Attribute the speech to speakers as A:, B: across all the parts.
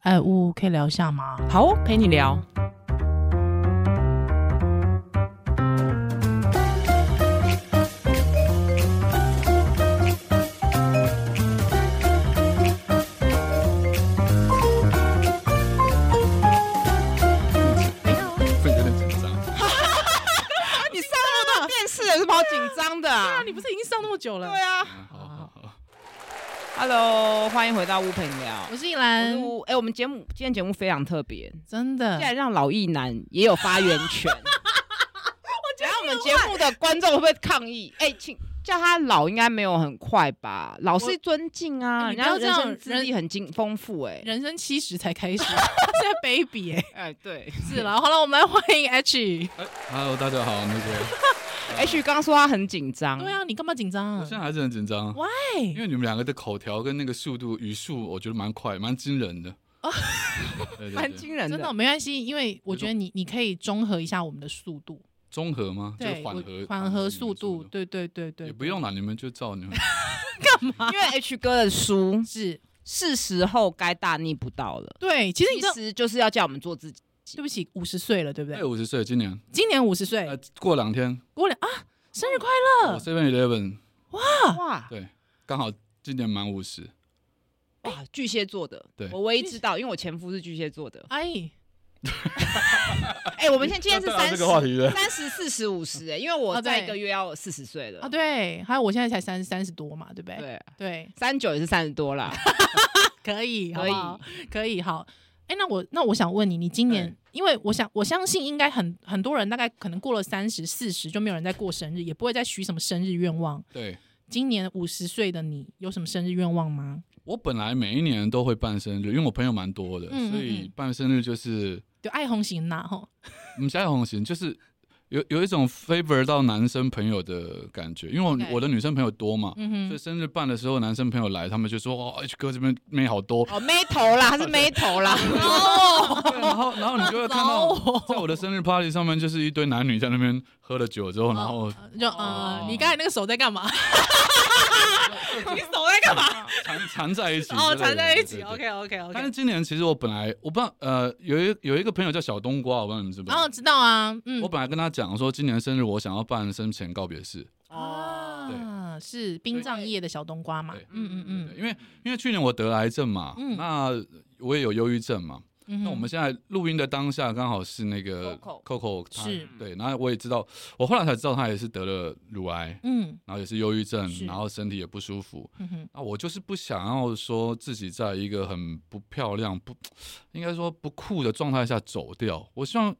A: 哎，呜，可以聊一下吗？
B: 好哦，陪你聊。
C: 这有点紧
A: 哦
C: 张。
B: 啊你上那么多电视了，有什么好紧张的啊
A: 啊，你不是已经上那么久了？
B: 对啊
C: 好好好，
B: ，Hello，欢迎回到乌陪你聊。
A: 我是依
B: 我
A: 兰
B: 是，乌哎、我们节目今天节目非常特别，
A: 真
B: 竟
A: 的
B: 然让老艺男也有发言 权。我觉得我们节目的观众会不会抗议？ 哎、请叫他老应该没有很快吧？老是尊敬啊，
A: 哎你
B: 人
A: 不要
B: 家
A: 这
B: 人
A: 样
B: 生资历很精丰富哎、
A: 人生七十才开 始，现在 baby 哎、
B: 哎、对
A: 是了。好了，我们来欢迎 H。
C: 哎，Hello，大家好，我是 J。
B: ，H 刚说他很紧张，
A: 对啊，你干嘛紧张
C: 我
A: 啊
C: 现在还是很紧张，因
A: ？Why？
C: 为你们两个的口条跟那个速度语速，我觉得蛮快，蛮惊人的。
A: 哦
C: 对对
B: 蛮
C: 对，
B: 惊人的。
A: 真的没关系，因为我觉得你你可以中和一下我们的速度，
C: 综合吗？就是
A: 对，
C: 缓
A: 我
C: 和
A: 缓和速
C: 度
A: 度，，对对对对，
C: 也不用啦，你们就照你们。
B: 因为 H 哥的书
A: 是，
B: 是时候该大逆不道了。
A: 对，其实你
B: 其
A: 知道，
B: 实就是要叫我们做自己。
A: 对不起，五十岁了，对不对
C: 哎，？五十岁，今年
A: 今年五十岁
C: 呃，过两天
A: 过了啊，生日快
C: 我 Seven Eleven
B: 啊哇
C: 对刚好今年满五十，
B: 哇，巨蟹座的，
C: 对
B: 我唯一知道，因为我前夫是巨蟹座的
A: 乐！。哎，
B: 哎、我们现在今天是
C: 要带到
B: 三
C: 啊这
B: 十
C: 个话题的，
B: 三十四十五十，哎，因为我
A: 哦对
B: 再一个月要四十岁了
A: 啊，对，还有我现在才三三十多嘛，对不对？
B: 哦对，
A: 对，
B: 三九也是三十多啦，
A: 可以，好
B: 可
A: 不
B: 以。
A: 好？可以，好。哎，那我那我想问你，你今年
B: 嗯
C: 哎，
A: 因为我想我相信应该很很多人大概可能过了三十四十就没有人在过生日，也不会再许什么生日愿望。
C: 对。
A: 今年五十岁的你有什么生日愿望吗？
C: 我本来每一年都会办生日，因为我朋友蛮多的，
A: 嗯嗯
C: 所以
A: 嗯
C: 办生日就是
A: 就爱红型呐，吼，
C: 嗯，下一红型就是有有一种 favor 到男生朋友的感觉，因为我
A: OK
C: 我的女生朋友多嘛，
A: 嗯
C: 所
A: 哼，
C: 以生日办的时候，男生朋友来，他们就说哦，H 哥这边妹好多，
B: 哦，妹头啦，他是妹头 啦，哦，
C: 对然后然后你就会看
A: 糟
C: 到，在我的生日 party 上面，就是一堆男女在那边喝了酒之后，然 后
A: 就呃
C: 哦，
A: 你刚才那个手在干嘛？
B: 你手在干嘛？
C: 缠缠在一起之类的，
A: 哦，缠在一起
C: 对对对
A: ，OK OK OK
C: 但是。今年其实我本来我不知道，呃，有一有一个朋友叫小冬瓜，我不知道你们知不知
A: 然
C: 道
A: 后。知道啊，嗯
C: 我，本来跟他讲说，今年生日我想要办生前告别式，
B: 哦
A: 啊，是殡葬业的小冬瓜嘛
C: 对？
A: 嗯嗯
C: 对
A: 嗯，
C: 因为因为去年我得癌症嘛，
A: 嗯
C: 那我也有忧郁症嘛。
A: 嗯哼
C: 那我们现在录音的当下，刚好是那个
B: Coco
C: Coco，她
A: 是
C: 对，然后我也知道，我后来才知道她也是得了乳癌，
A: 嗯
C: 然后也是忧郁症
A: 是，
C: 然后身体也不舒服。
A: 嗯哼
C: 那我就是不想要说自己在一个很不漂亮、不应该说不酷的状态下走掉。我希望，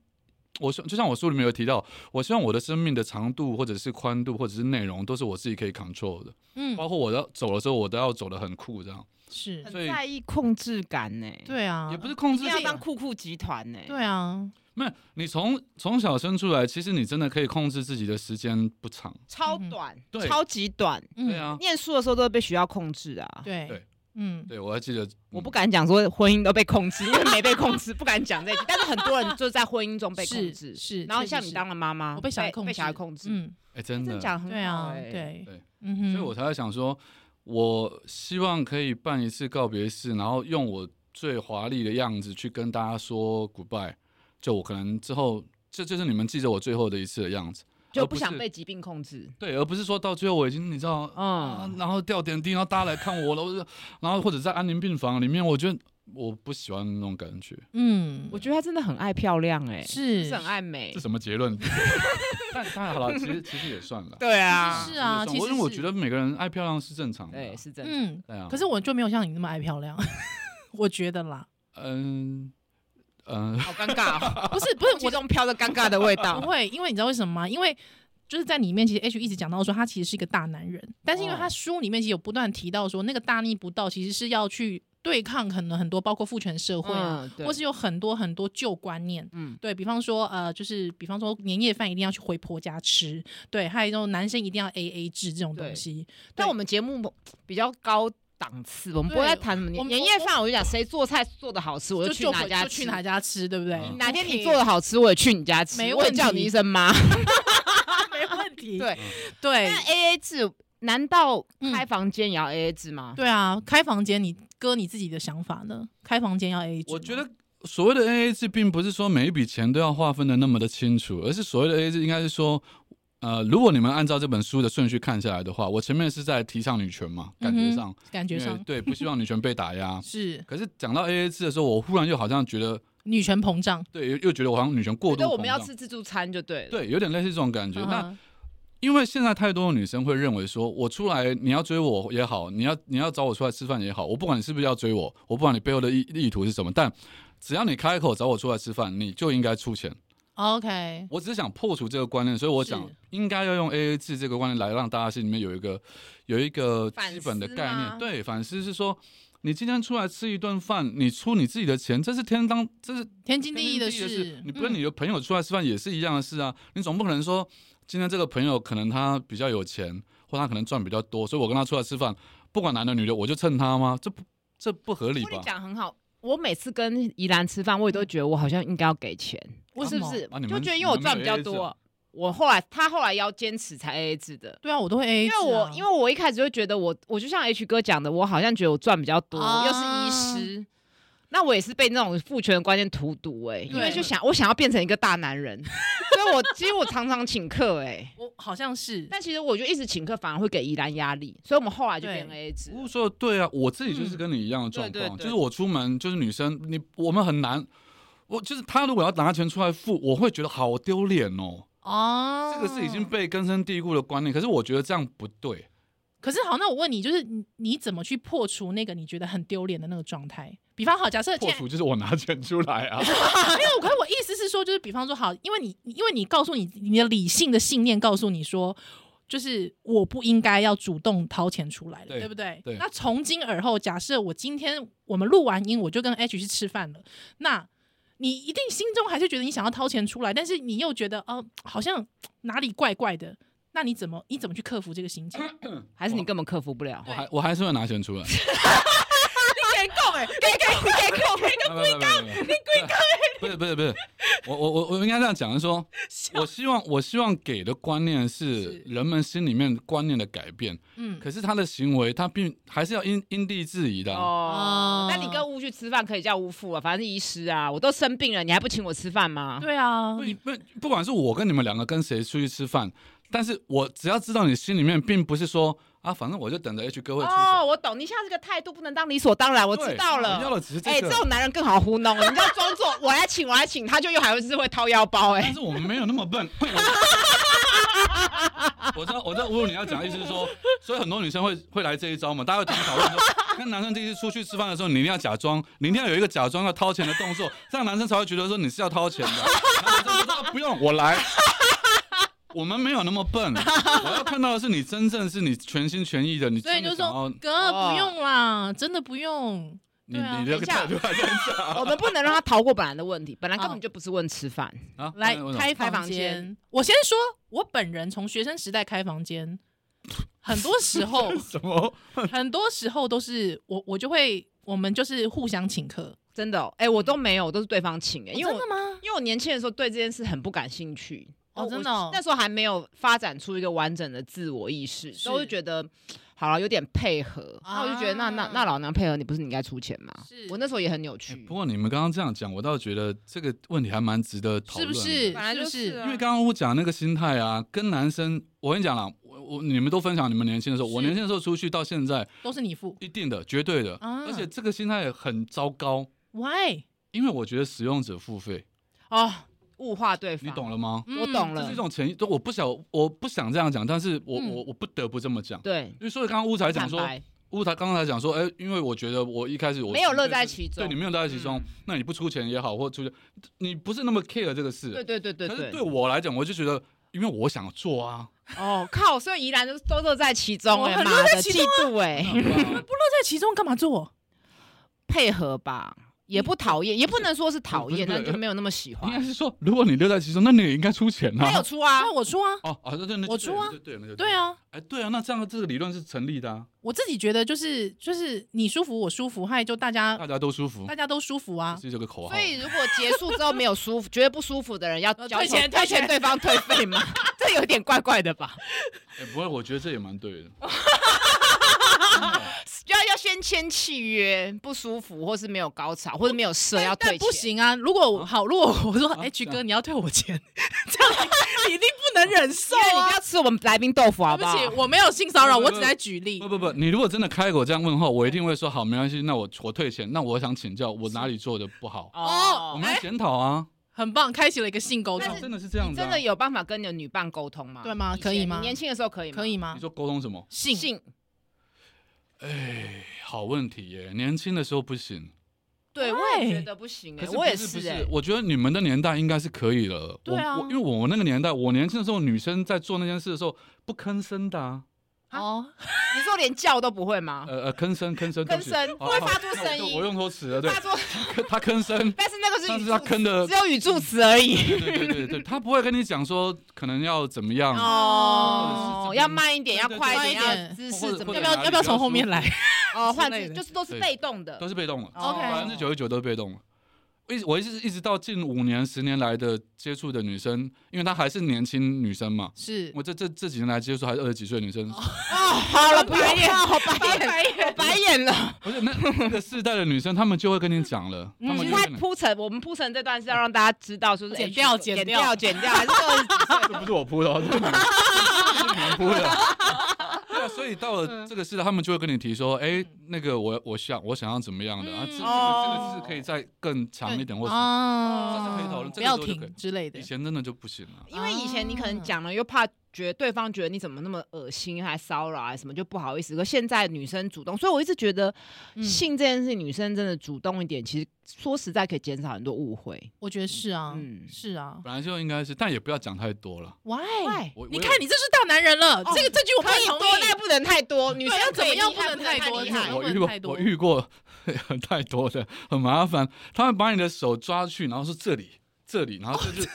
C: 我希望就像我书里面有提到，我希望我的生命的长度，或者是宽度，或者是内容，都是我自己可以 control 的。
A: 嗯，
C: 包括我要走的时候，我都要走的很酷，这样
A: 是，
C: 所
B: 很
C: 以
B: 在意控制感呢，，
A: 对啊，
C: 也不是控
B: 一
C: 制
B: 定要当酷酷集团呢，
A: 对啊，
C: 没有，你从从小生出来，其实你真的可以控制自己的时间不长。
B: 超短，
C: 对
B: 超级短，
A: 嗯
C: 对，啊，
B: 嗯念书的时候都会被学校控制啊，
A: 对
C: 对，
A: 嗯，
C: 对我还记得，
B: 我不
C: 嗯
B: 敢讲说婚姻都被控 制，因为没被控制，不敢讲这一句。但是很多人就在婚姻中被控制，
A: 是是
B: 然后
A: 确实
B: 像你
A: 是
B: 当了妈妈，
A: 我被小孩控
B: 被
A: 制
B: 小孩控制，
A: 嗯，
C: 哎、真的，
B: 的讲得很
A: 对
B: 好
A: 啊，
B: 欸，
A: 对
C: 对，
A: 嗯哼，
C: 所以我才会想说，我希望可以办一次告别式，然后用我最华丽的样子去跟大家说 goodbye。就我可能之后，这就是你们记着我最后的一次的样子，
B: 就
C: 而
B: 不
C: 不
B: 想
C: 是
B: 被疾病控制。
C: 对，而不是说到最后我已经你知道，啊
B: 嗯，
C: 然后吊点滴，然后大家来看我了，我就然后或者在安宁病房里面，我觉得我不喜欢那种感觉。
A: 嗯，
B: 我觉得他真的很爱漂亮，哎，
A: 是
B: 是很爱美
C: 这，什么结论？ 但但好了，其实其实也算了。
B: 对
A: 啊
B: 啊
A: 是，啊
C: 其
A: 其
C: 实算我
A: 实
C: 因为我
A: 是
C: 觉得每个人爱漂亮是正常的啊。
B: 对，是真的。
A: 嗯，
C: 对啊。
A: 可是我就没有像你那么爱漂亮， 我觉得 啦，
C: 嗯嗯，
B: 好尴尬哦，
A: 不是不是
B: 我这
A: 我
B: 种飘着尴尬的味道
A: 不。会，因为你知道为什么吗？因为就是在里面，其实 H 一直讲到说他其实是一个大男人，但是因为
B: 哦
A: 他书里面其实有不断提到说那个大逆不道其实是要去对抗可能很多包括父权社会啊，
B: 嗯，对
A: 或是有很多很多旧观念。
B: 嗯，
A: 对比方说，呃，就是比方说年夜饭一定要去回婆家吃，对，还有一种男生一定要 A A 制这种东
B: 对
A: 西，
B: 但我们节目比较高档次，我们不会
A: 对
B: 再谈什么
A: 我
B: 年
A: 们
B: 年夜饭，我就讲谁做菜做的好吃，我
A: 就
B: 去
A: 就
B: 哪
A: 回
B: 家
A: 就
B: 吃
A: 去。哪家吃，对不对？
C: 嗯
B: 哪天你
A: OK
B: 做的好吃，我也去你家吃，
A: 没
B: 我也
A: 问
B: 叫
A: 题
B: 你一声妈。
C: 嗯
A: 没问题，
B: 对
A: 对
B: 但 A A 制难道
A: 嗯
B: 开房间也要 AA 制吗？
A: 对啊，开房间你哥你自己的想法呢？开房间要 A，
C: 我觉得所谓的 AA 制，并不是说每一笔钱都要划分的那么的清楚，而是所谓的 AA 制应该是说，呃，如果你们按照这本书的顺序看下来的话，我前面是在提倡女权嘛，感觉上，
A: 感觉
C: 因为
A: 上。
C: 对，不希望女权被打 压
A: 是
C: 可是讲到 AA 制的时候，我忽然又好像觉得，
A: 女权膨胀，
C: 对，又又觉得我好像女权过
B: 觉得
C: 度膨胀。
B: 我们要吃自助餐就对了。，
C: 对，有点类似这种感觉。那
A: 嗯
C: 因为现在太多的女生会认为说，我出来你要追我也好，你要你要找我出来吃饭也好，我不管你是不是要追我，我不管你背后的意意图是什么，但只要你开口找我出来吃饭，你就应该出钱。
A: OK，
C: 我只是想破除这个观念，所以我讲
A: 是
C: 应该要用 AA 制这个观念来让大家心里面有一个有一个基本的概
B: 反思吗
C: 念。对，反思是说。你今天出来吃一顿饭，你出你自己的钱，这是天当，这是
A: 天经地义
C: 的
A: 事，
C: 你不跟
A: 嗯
C: 你的朋友出来吃饭也是一样的事啊。你总不可能说，今天这个朋友可能他比较有钱，或他可能赚比较多，所以我跟他出来吃饭，不管男的女的，我就蹭他吗？这不这不合理
B: 我跟你
C: 吧？
B: 讲很好。我每次跟宜兰吃饭，我也都觉得我好像应该要给钱，我是不是？
C: 啊你们
B: 就觉得因为我赚比较
C: 你们没有 AA 制
B: 多，我后来他后来要坚持才 AA 制的。
A: 对啊，我都会 A，
B: 因为我因为我一开始就觉得我我就像 H 哥讲的，我好像觉得我赚比较多，
A: 啊
B: 又是医师，那我也是被那种父权的观念荼毒哎、因为
A: 对
B: 就想我想要变成一个大男人，所以我其实我常常请客哎、
A: 我好像是，
B: 但其实我就一直请客，反而会给宜兰压力，所以我们后来就变
A: 对
B: AA 制
C: 服。务说的对啊，我自己就是跟你一样的状
B: 嗯对对
C: 况，
B: 对
C: 就是我出门就是女生，你我们很难。我就是他，如果要拿钱出来付，我会觉得好丢脸哦。
A: 哦，
C: 这个是已经被根深蒂固的观念，可是我觉得这样不对。
A: 可是好，那我问你，就是你你怎么去破除那个你觉得很丢脸的那个状态？比方好，假设今
C: 破
A: 天
C: 除就是我拿钱出来啊，
A: 没有，可是我意思是说，就是比方说好，因为你因为你告诉你你的理性的信念告诉你说。就是我不应该要主动掏钱出来的，
C: 对
A: 对不对？
C: 对
A: 那从今而后，假设我今天我们录完音，我就跟 H 去吃饭了，那你一定心中还是觉得你想要掏钱出来，但是你又觉得哦、呃好像哪里怪怪的，那你怎么你怎么去克服这个心情？
B: 还是你根本克服不了，
C: 我还我还是会拿钱出来。
B: 给供
A: 欸
B: 哎，给给给供，
C: 不不不，你不是不是不是，我我我我应该这样讲，是说我希望我希望给的观念是
A: 是
C: 人们心里面观念的改变，
A: 嗯，
C: 可是他的行为他并还是要因因地制宜的啊、
B: 哦
A: 哦，
B: 那你跟乌去吃饭可以叫乌父啊，反正是医师啊，我都生病了，你还不请我吃饭吗？
A: 对啊，
C: 不不，不管是我跟你们两个跟谁出去吃饭，但是我只要知道你心里面并不是说啊，反正我就等着 H 哥会出手。
B: 哦，我懂，你现在这个态度不能当理所当然，我
C: 对
B: 知道了。
C: 我要的只是这
B: 哎、
C: 个。
B: 这种男人更好糊弄，你要装作我来请，我来请，他就又还是会掏腰包、
C: 但
B: 哎，
C: 是我们没有那么笨。我知道，我知道，吴鲁你要讲的意思是说，所以很多女生会会来这一招嘛，大家会常讨论说，跟男生第一次出去吃饭的时候，你一定要假装，你一定要有一个假装要掏钱的动作，这样男生才会觉得说你是要掏钱的。然后男生就说啊不用，我来。我们没有那么笨，我要看到的是你真正是你全心全意的，你
A: 所以
C: 真
A: 你就
C: 的想要
A: 说哥不用啦，真的不用。
C: 你
A: 对啊
C: 你的态度还在 这
B: 我
C: 啊
B: 们不能让他逃过本来的问题，本来根
A: 哦
B: 本就不是问吃 饭，
C: 啊，
A: 来
C: 为什么
A: 开
B: 开
A: 房
B: 房间
A: 间。我先说，我本人从学生时代开房 间，很多时候，
C: 什么？
A: 很多时候都是我，我就会，我们就是互相请客。
B: 真的、哦，哎、我都没有，我都是对方请、哎，因为我
A: 哦真的吗？
B: 因为我年轻的时候对这件事很不感兴趣，
A: 哦
B: 我
A: 真的哦
B: 那时候还没有发展出一个完整的自我意识，
A: 是啊
B: 都是觉得好了有点配合，那、我就觉得那那那老娘配合你，不是你应该出钱吗
A: 是？
B: 我那时候也很扭曲，
C: 哎不过你们刚刚这样讲，我倒觉得这个问题还蛮值得讨
A: 是
C: 论
A: 不
C: 的。
A: 是？
B: 本来
A: 是
B: 就
A: 不
B: 是
A: 是
B: 啊？
C: 因为刚刚我讲那个心态啊，跟男生，我跟你讲啦，我我你们都分享你们年轻的时候，
A: 是
C: 我年轻的时候出去到现在，
A: 都是你付
C: 一定的，绝对的，
A: 啊
C: 而且这个心态很糟糕，
A: ，Why？
C: 因为我觉得使用者付费，
B: 哦，物化对方，
C: 你懂了吗？
A: 嗯
B: 我懂
C: 这
B: 了
C: 是一种潜意，我不想我不想这样讲，但是我、
A: 嗯
C: 我我不得不这么讲，
B: 对，
C: 因为所以刚刚乌才讲说
B: 坦，白
C: 乌才刚才讲说，哎、因为我觉得我一开始我
B: 没有乐在
C: 其
B: 其中，
C: 对你没有乐在其中，
B: 嗯
C: 那你不出钱也好，或出钱，你不是那么 care 这个事，
B: 对对对对
C: 可是
B: 对
C: 对，我来讲，我就觉得，因为我想做啊。
B: 哦靠！所以宜兰都都乐在其中
A: 我
B: 哎、
A: 很
B: 妈
A: 乐在
B: 的，
A: 其
B: 嫉妒哎、
A: 不乐在其中干嘛做？
B: 配合吧，也不讨厌，也不能说是讨厌，
C: 不是
B: 但就没有那么喜
C: 应该
B: 欢。
C: 是说，如果你乐在其中，那你也应该出钱
B: 他有
C: 啊。
B: 出啊
A: 那，我出啊，
C: 哦啊，那那那
A: 我出啊
C: 对对那就
A: 对。啊。
C: 哎，对啊，那这样这个理论是成立的啊，
A: 我自己觉得就是就是你舒服我舒服，嗨，就大家
C: 大家都舒服
A: 大，家都舒服啊
C: 这。是这个口号
B: 所。以如果结束之后没有舒服，觉得不舒服的人要
A: 呃
B: 交
A: 退钱
B: 退
A: 退钱
B: 钱，对方退费嘛。这有点怪怪的吧？
C: 哎，不会，我觉得这也蛮对的。
B: 要要先签契约，不舒服或是没有高潮或者没有射
A: 但
B: 要
A: 但
B: 退
A: 不
B: 钱。
A: 行啊！如果我好，如果我说
C: 啊
A: H
C: 这
A: 哥
C: 样
A: 你要退我钱， 这样你你一定不能忍受
B: 因为你
A: 啊
B: 不！要吃我们来宾豆腐好
A: 对
B: 好？
A: 不起，我没有性骚扰，
C: 不不
A: 我
C: 不
A: 只在举例
C: 不。不不，你如果真的开口这样问后，我一定会说好，没关系，那我我退钱。那我想请教，我哪里做的不好？
A: 哦
C: 我
B: 哦，
C: 们要检讨啊，
A: 很棒，开启了一个性沟
B: 但
A: 通
B: 是，
C: 真的是这样
B: 你
C: 子啊。
B: 真的有办法跟你的女伴沟通吗？
A: 对吗
B: 以前
A: 可以吗
B: 你年轻的时候可以吗？
A: 可以吗
C: 你？说沟通什么？
A: 性
B: 性
C: 哎，好问题耶，年轻的时候不行。
B: 对，
A: Why？
B: 我也觉得不行哎、
C: 可是
B: 我也
C: 不是，不
B: 哎、
C: 是，我觉得你们的年代应该是可以了。
A: 对啊
C: 我我因为我那个年代，我年轻的时候，女生在做那件事的时候不吭声的、啊，
A: 哦，
B: 你说连叫都不会吗？
C: 呃呃，吭声吭声，
B: 吭
C: 对不起
B: 声
C: 哦
B: 会
C: 好
B: 发出
C: 那我
B: 声
C: 就
B: 音
C: 我用错词了，对
B: 发，作，
C: 他吭声，
B: 但是那个是
C: 但
B: 语
C: 是
B: 助
C: 他吭的
B: 只，有语助词而已
C: 对对对对对，他不会跟你讲说可能要怎么样，
A: 哦
C: 或者是怎么
B: 要慢一点，要
C: 对对
B: 快
A: 对慢
B: 一
A: 一
B: 点，
A: 点
B: 要姿
C: 或
B: 势
C: 者
B: 怎
A: 要不
B: 么
C: 或者
B: 样？
A: 要
C: 哪里
A: 要不要从后面来？
B: 哦，换
A: 之类
B: 句
A: 的
B: 就是都是
C: 对
B: 被动的
C: 都。是被动的，
B: 哦
C: 百分之九十九都是被动的。一直我一直一直到近五年十年来的接触的女生，因为她还是年轻女生嘛，
A: 是
C: 我这这这几年来接触还是二十几岁的女生，
B: 哦，好了，不要了，好白眼，
A: 白
B: 我白眼了。
C: 不是 那那个世代的女生，她们就会跟你讲了，她
A: 嗯
C: 们
B: 其
C: 就
B: 实
C: 会
B: 它
C: 跟你
B: 铺陈，我们铺陈这段是要让大家知道，说是
A: 剪
B: 哎
A: 掉
B: 去
A: 剪
B: 剪
A: 掉
B: 掉，剪掉，还是说
C: 这不是我铺的哦，这是你们这是你们铺的。哦对啊，所以到
A: 嗯
C: 了这个世代，他们就会跟你提说，哎，那个我我想我想要怎么样的啊，这这个这个是可以再更长一点，或者
A: 哦，
C: 这是可以讨论
A: 不要
C: 这个时候就可以
A: 停之类的
C: 以。前真的就不行了。
B: 因为以前你可
A: 啊
B: 能讲了，又怕觉得对方觉得你怎么那么恶心，还骚扰啊什么，就不好意思。可现在女生主动，所以我一直觉得
A: 嗯
B: 性这件事，女生真的主动一点，其实说实在可以减少很多误会。
A: 我觉得是啊，
B: 嗯
A: 是啊。
C: 本来就应该是，但也不要讲太多了。
A: Why？
C: 我
A: 你
C: 我有
A: 看你这是大男人了，这个这句我不
B: 可以
A: 哦同
B: 多，
A: 意。
B: 但不能太多。女生
A: 要怎么
B: 可以
A: 样
B: 厉
A: 不
B: 害
A: 能
B: 不
A: 太多
B: 厉害
A: 你
C: 我
A: 不能
C: 遇过
A: 太，多
C: 我遇过 太多的，很麻烦。他们把你的手抓去，然后说这里这里，然后 就是。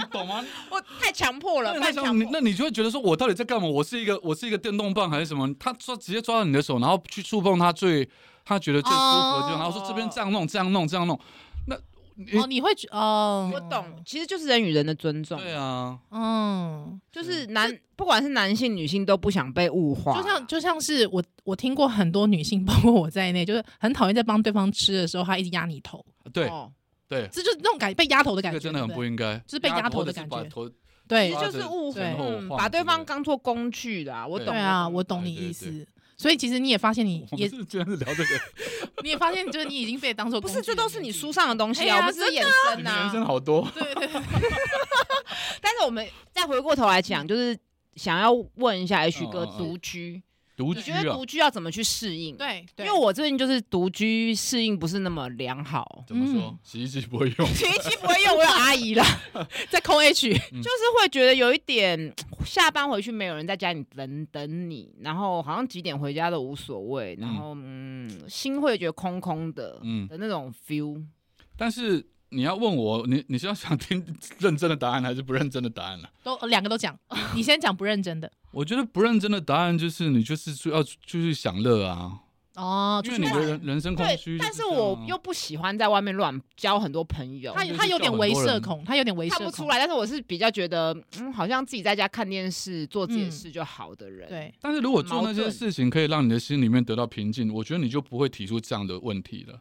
C: 你懂吗？
B: 我太强迫了，
C: 对
B: 太
C: 那
B: 强
C: 像你
B: 迫。
C: 那你就会觉得说，我到底在干嘛？我是一个我是一个电动棒还是什么？他抓直接抓到你的手，然后去触碰他最他觉得最舒服的地方，
A: 哦
C: 然后说这边这样弄这样弄这样弄。那你
A: 哦，你会觉哦，
B: 我懂，其实就是人与人的尊重。
C: 对啊，
A: 嗯，
B: 就是男，不管是男性女性都不想被物化。
A: 就像就像是我我听过很多女性，包 括我在内，就是很讨厌在帮对方吃的时候，她一直压你头，
C: 对
B: 哦
C: 对，
A: 这就是那种感被压头的
C: 这
A: 感
C: 个
A: 觉，
C: 真的很
A: 对不
C: 不应该，
A: 是被压头
C: 或
A: 的
C: 者是
A: 感
C: 把
A: 觉
C: 头
A: 对
B: 其
A: 对
B: 实就是误会，
A: 对
B: 嗯把对方当做工具啦。我懂，
A: 对啊，我懂
C: 对
A: 你
C: 对
A: 意
C: 对
A: 思。所以其实你也发现你，
C: 我
A: 也
C: 们是居然是聊这 个，
A: 你也发现，就是你已经被当做
B: 不是，
A: 工具
B: 这
A: 的
B: 都是
A: 工
B: 你
A: 具
B: 书上的东西
A: 哎呀
B: 啊，我们只是衍
C: 你
B: 生
C: 们人生
B: 啊。
C: 好 多。
A: 对对对，
B: 但是我们再回过头来讲，
A: 嗯
B: 就是想要问一下 H
C: 嗯
B: 哥，
C: 嗯嗯
B: 独居，
C: 独
B: 你
C: 居
B: 觉
C: 啊。
B: 得，独居要怎么去适应？，
A: 对
B: 因
A: 对，
B: 为我最近就是独居适应不是那么良好
C: 怎么说
A: 嗯？
C: 洗衣机不会用，
B: 洗衣机不会用，我有阿姨啦，
A: 在空 H，
C: 嗯
B: 就是会觉得有一点下班回去没有人在家里等等你，然后好像几点回家都无所谓，然后嗯，心会觉得空空的
C: 嗯，
B: 的那种 feel。
C: 但是你要问我，你你是要想听 认真的答案还是不认真的答案呢、啊
A: 都两个都 讲，你先讲不认真的
C: 我觉得不认真的答案就是你就是出要就是享乐啊，
A: 哦，
C: 因
A: 出
C: 为
A: 去
C: 你的
A: 玩
C: 人人生空
B: 对，
C: 虚就这样啊。
B: 但是我又不喜欢在外面乱交很多朋友，
A: 他
C: 就是
A: 他有
C: 叫
A: 点
C: 很
A: 为
C: 多
A: 社
C: 人
A: 恐，他有点为社
B: 看
A: 恐，
B: 不出来。但是我是比较觉得，嗯，好像自己在家看电视、做自己的事就好的人。
A: 对，
C: 但是如果做那
B: 矛
C: 些
B: 盾
C: 事情可以让你的心里面得到平静，我觉得你就不会提出这样的问题了。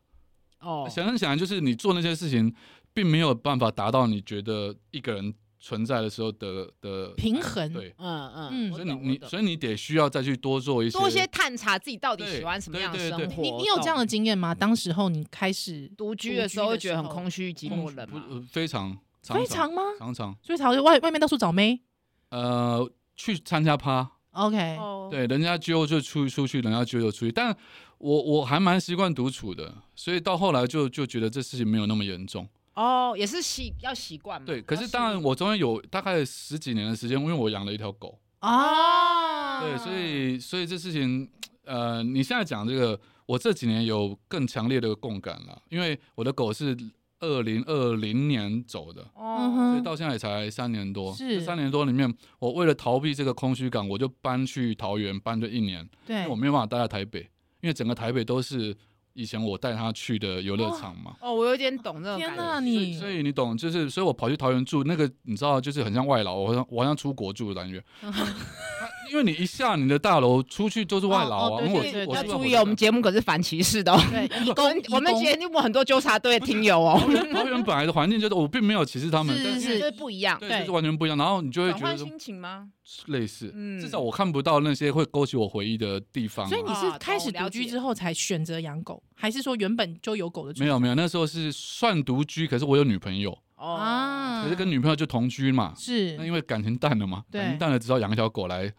B: 哦，
C: 想来想来，就是你做那些事情，并没有办法达到你觉得一个人存在的时候的的
A: 平衡
C: 对，
B: 嗯
A: 嗯
B: 嗯，
C: 所
B: 我
C: 以你
B: 懂
C: 你
B: 我懂
C: 所以你得需要再去多做一些
B: 多一些探查自己到底
C: 对
B: 喜欢什么样的
C: 对
B: 生
C: 对
B: 活。
C: 对
A: 你你有这样的经验吗？当时候你开始
B: 独居的时候，
A: 独
B: 会
A: 居的
B: 觉得很
A: 时候
B: 空虚、寂
C: 空
B: 寞
C: 虚
B: 冷
C: 不
B: 吗？
C: 呃非常
A: 非常吗？
C: 常常
A: 所以才会外外面到处找妹
C: 呃去参加趴。
A: ，OK，
B: 哦，
C: 对，人家揪就出出去，人家揪就出去。但我我还蛮习惯独处的，所以到后来就就觉得这事情没有那么严重。
B: 哦，也是习要习
A: 嗯
B: 惯嘛。
C: 对，可
B: 要
C: 是
B: 适
C: 当然
B: 应
C: 我中间有大概十几年的时间，因为我养了一条狗，
A: 啊，
C: 对，所以所以这事情，呃，你现在讲这个，我这几年有更强烈的共感了，因为我的狗是二零二零年走的。
A: 嗯
B: 哦，
C: 所以
A: 哼，
C: 到现在也才三年多，
A: 嗯是
C: 这三年多里面，我为了逃避这个空虚感，我就搬去桃园，搬了一年。因
A: 对
C: 为我，没有办法待在台北，因为整个台北都是以前我带他去的游乐场嘛。
B: 哦，我有点懂这种
A: 天
B: 感
A: 哪，
B: 觉。
A: 你
C: 所以你懂，就是所以我跑去桃园住那个，你知道，就是很像外劳，我好像我好像出国住的 感觉，
A: 嗯
C: 啊因为你一下你的大楼出去都是外劳
A: 哦哦
C: 啊。
A: 对
C: 因为
A: 对对
C: 我我
B: 要
C: 住
B: 注
C: 在
B: 意
C: 火
B: 哦，
C: 车
B: 我们节目可是反歧视的哦。
A: 对义
B: 我们
A: 工，
B: 我们
A: 义工
B: 节目很多纠察队的听友哦，
C: 桃园桃园本来的环境就是我并没有歧视他们，但
A: 是
B: 就是是不一样。
C: 对，
A: 对
C: 就是完全不一样。然后你就会
B: 转
C: 觉得
B: 换
C: 说
B: 心情吗？
C: 类似，
B: 嗯
C: 至少我看不到那些会勾起我回忆的地方啊。
A: 所以你是
B: 啊
A: 开始
B: 懂了
A: 独居
B: 解
A: 之后才选择养狗，还是说原本就有狗的？
C: 没有没有，那时候是算独居，可是我有女朋友，
B: 哦，
A: 啊，
C: 可是跟女朋友就同居嘛。那
A: 是
C: 因为感情淡了嘛，
A: 对
C: 感情淡了，只好养一条狗来。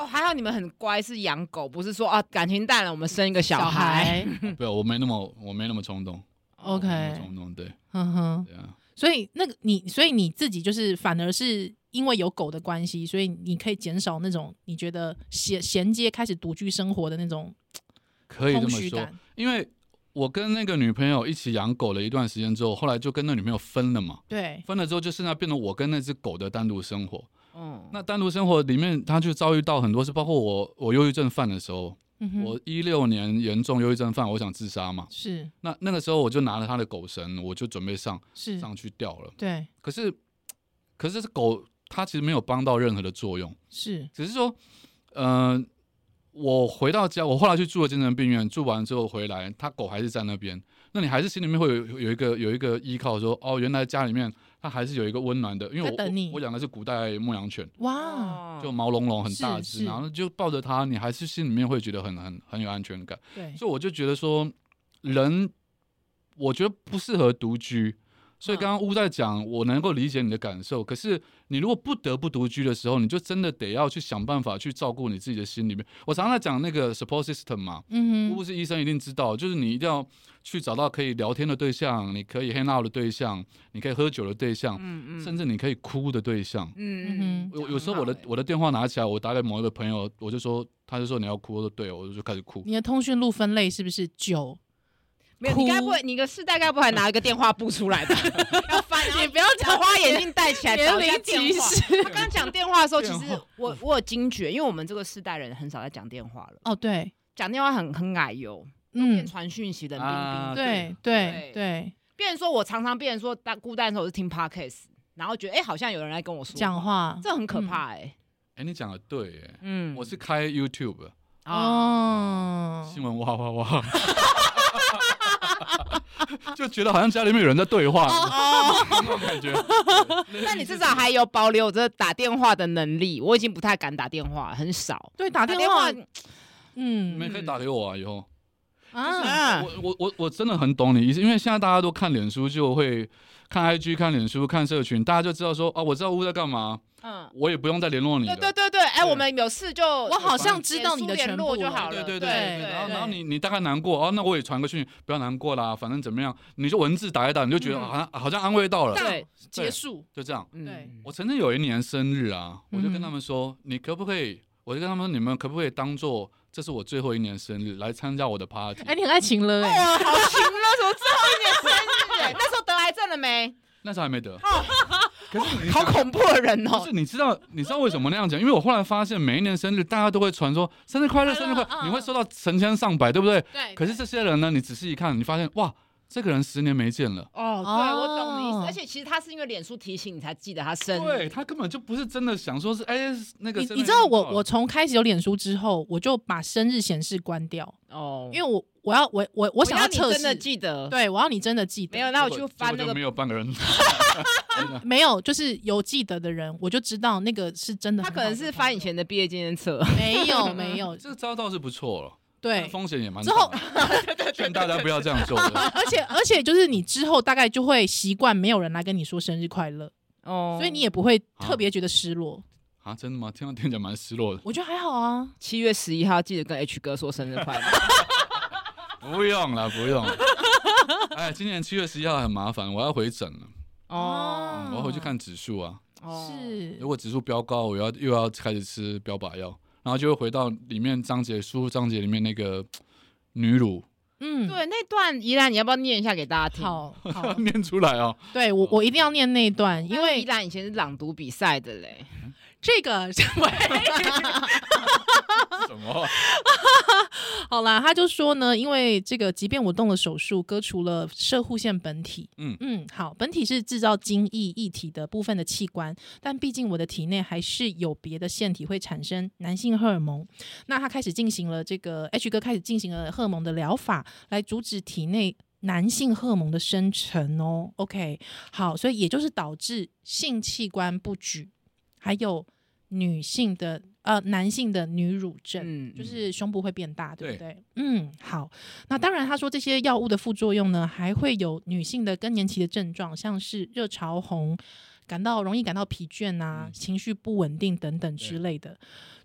B: 哦，还好你们很乖，是养狗，不是说啊感情淡了，我们生一个小 孩。
C: 不，我没那么，我没那么冲动。哦我没那么
A: OK，
C: 冲动，对
A: 哼哼，
C: 对啊，
A: 所以那个你，所以你自己就是反而是因为有狗的关系，所以你可以减少那种你觉得衔衔接开始独居生活的那种
C: 可以这
A: 空
C: 么
A: 虚
C: 说。
A: 感。
C: 因为我跟那个女朋友一起养狗了一段时间之后，后来就跟那女朋友分了嘛。
A: 对，
C: 分了之后，就剩下变成我跟那只狗的单独生活。
B: 嗯，
C: 那单独生活里面，他就遭遇到很多事，包括我我忧郁症犯的时候，
A: 嗯哼，
C: 我一六年严重忧郁症犯，我想自杀嘛。
A: 是
C: 那那个时候我就拿了他的狗绳，我就准备上
A: 是，
C: 上去吊了。
A: 对，
C: 可是，可是这狗它其实没有帮到任何的作用，
A: 是
C: 只是说，嗯、我回到家，我后来去住了精神病院，住完之后回来，它狗还是在那边，那你还是心里面会有有一个有一个依靠说哦，原来家里面它还是有一个温暖的，因为我
A: 在等你
C: 我我养的是古代牧羊犬，
A: 哇，
B: 哦
C: 就毛茸茸很大
A: 是
C: 只，
A: 是
C: 然后就抱着它，你还是心里面会觉得很很很有安全感。
A: 对，
C: 所以我就觉得说，人我觉得不适合独居。所以
A: 嗯
C: 刚刚乌在讲，我能够理解你的感受。可是你如果不得不独居的时候，你就真的得要去想办法去照顾你自己的心里面。我常常在讲那个 support system 嘛，
A: 嗯
C: 乌
A: 哼，
C: 是医生一定知道，就是你一定要去找到可以聊天的对象，你可以 hang out 的对象，你可以喝酒的对象，
B: 嗯
C: 甚至你可以哭的对象。
A: 嗯
B: 嗯嗯，
C: 有有时候我的
B: 讲得很好欸
C: 我的电话拿起来，我打给某一个朋友，我就说，他就说你要哭，我说对，我就开始哭。
A: 你的通讯录分类是不是九？
B: 没有，你
A: 哭
B: 该不会你个世代该不会还拿一个电话簿出来吧？ 要翻，然后
A: 你不要
B: 把花眼镜戴 起来，
A: 年
B: 找一下
A: 龄歧
B: 电话。
A: 视？
B: 我刚讲电话的时候，其
C: 电
B: 实
C: 话
B: 我我有惊觉，因为我们这个世代人很少在讲电话了，
A: 哦，对，
B: 讲电话很很矮油，
A: 嗯，
B: 传讯息冷冰冰。
C: 啊
A: 对对
B: 对
A: 对，
B: 变成说我常常变成说当孤单的时候，我是听 podcast，然后觉得哎、好像有人来跟我说，
A: 讲话
B: 这很可怕
A: 嗯
B: 哎、
C: 哎、你讲的对，耶，
B: 嗯，
C: 我是开 YouTube
B: 哦，
A: 哦，
C: 啊新闻哇哇哇， 就觉得好像家里面有人在对话，那种感觉。
B: 但你至少还有保留着打电话的能力，我已经不太敢打电话，很少
A: 对，打
B: 打
A: 电
B: 电
A: 话
B: 话，
C: 你们
A: 嗯
C: 可以打给我啊，以后。
A: 啊，
B: 啊
C: 我我我我真的很懂你意思，因为现在大家都看脸书，就会看 IG、看脸书、看社群，大家就知道说啊，我知道乌在干嘛，
B: 嗯，
C: 我也不用再联络你
B: 对
C: 了。
B: 对对对，哎、
C: 对
B: 我们有事就
A: 我好像知道你的
B: 脸
A: 全
B: 书联
A: 部
B: 络
A: 了
B: 就好了，
C: 对对
A: 对对
C: 然后
A: 对
C: 然后你你大概难过哦，那我也传个讯，不要难过啦，反正怎么样，你就文字打一打，你就觉得
B: 嗯
C: 好像好像安慰到了，
B: 对
A: 结束，
C: 就这样。
B: 嗯
A: 对
C: 我曾经有一年生日啊，我就跟
A: 嗯
C: 他们说，你可不可以？我就跟他们说，你们可不可以当做这是我最后一年生日来参加我的 party？
A: 哎，你很爱情了哎，
B: 哇，好情了，什么最后一年 生日哎？那时候得癌症了没？
C: 那时候还 没得，可是你
B: 好恐怖的人
C: 不
B: 哦！
C: 是你知道你知道为什么那样讲？因为我后来发现，每一年生日大家都会传说生日快乐，
A: 快
C: 生
A: 乐
C: 日快
A: 嗯
C: 乐，你会收到成千上百，对不对？
A: 对
C: 可是这些人呢，你仔细一看，你发现哇，这个人十年没见了，
B: 哦，对，我懂你意
A: 哦
B: 思。而且其实他是因为脸书提醒你才记得他生
C: 对
B: 日，
C: 他根本就不是真的想说是哎那个
A: 你
C: 生日
A: 你知道
C: 到
A: 我
C: 了
A: 我从开始有脸书之后，我就把生日显示关掉，
B: 哦
A: 因为我我要我我我想
B: 要你
A: 测
B: 真的
A: 试，
B: 记得，
A: 对我要你真的记得
B: 没，有，那我
C: 结
B: 去
C: 果
B: 翻
C: 结
B: 那
C: 果就
B: 个
C: 没有半个人，
A: 没有就是有记得的人，我就知道那个是真的
B: 他
A: 很好的
B: 可
A: 朋友。
B: 能是翻以前的毕业纪念册，
A: 没有没有
C: 这个招倒是不错了。
A: 对
C: 但，风险也
A: 哎
C: 蛮
A: 之后
C: 大的， 劝大家不要这样做。
A: 而且而且就是你之后大概就会习惯没有人来跟你说生日快乐，
B: 哦
A: 所以你也不会特别觉得失落。
C: 啊，真的吗？听到听起来蛮失落的。
A: 我觉得还好啊，
B: 七月十一号记得跟 H 哥说生日快乐。
C: 不用了，不用了。哎，今年七月十一号很麻烦，我要回诊了， 嗯
A: 哦
C: 我要回去看指数啊。
B: 哦，
A: 是
C: 如果指数飙高，我要又要开始吃标靶药，然后就会回到里面章节书章节里面那个嘖女乳
A: 嗯，
B: 对那段宜兰，你要不要念一下给大家听？，
A: 好好，
C: 念出来哦。
A: 对我我一定要念那一段，因
B: 因为
A: 为
B: 宜兰以前是朗读比赛的嘞，
A: 这个 喂，啊
C: 什么？
A: 好啦，他就说呢，因为这个，即便我动了手术，割除了射护腺本体，
C: 嗯
A: 嗯，好，本体是制造精液液体的部分的器官，但毕竟我的体内还是有别的腺体会产生男性荷尔蒙。那他开始进行了这个 H 哥开始进行了荷尔蒙的疗法，来阻止体内。男性荷尔蒙的生成哦，OK，好，所以也就是导致性器官不举，还有女性的呃男性的女乳症，
B: 嗯
A: 就是胸部会变大，对不
C: 对
A: 对？嗯，好。那当然，他说这些药物的副作用呢，还会有女性的更年期的症状，像是热潮红、感到容易感到疲倦啊、
C: 嗯
A: 情绪不稳定等等之类的。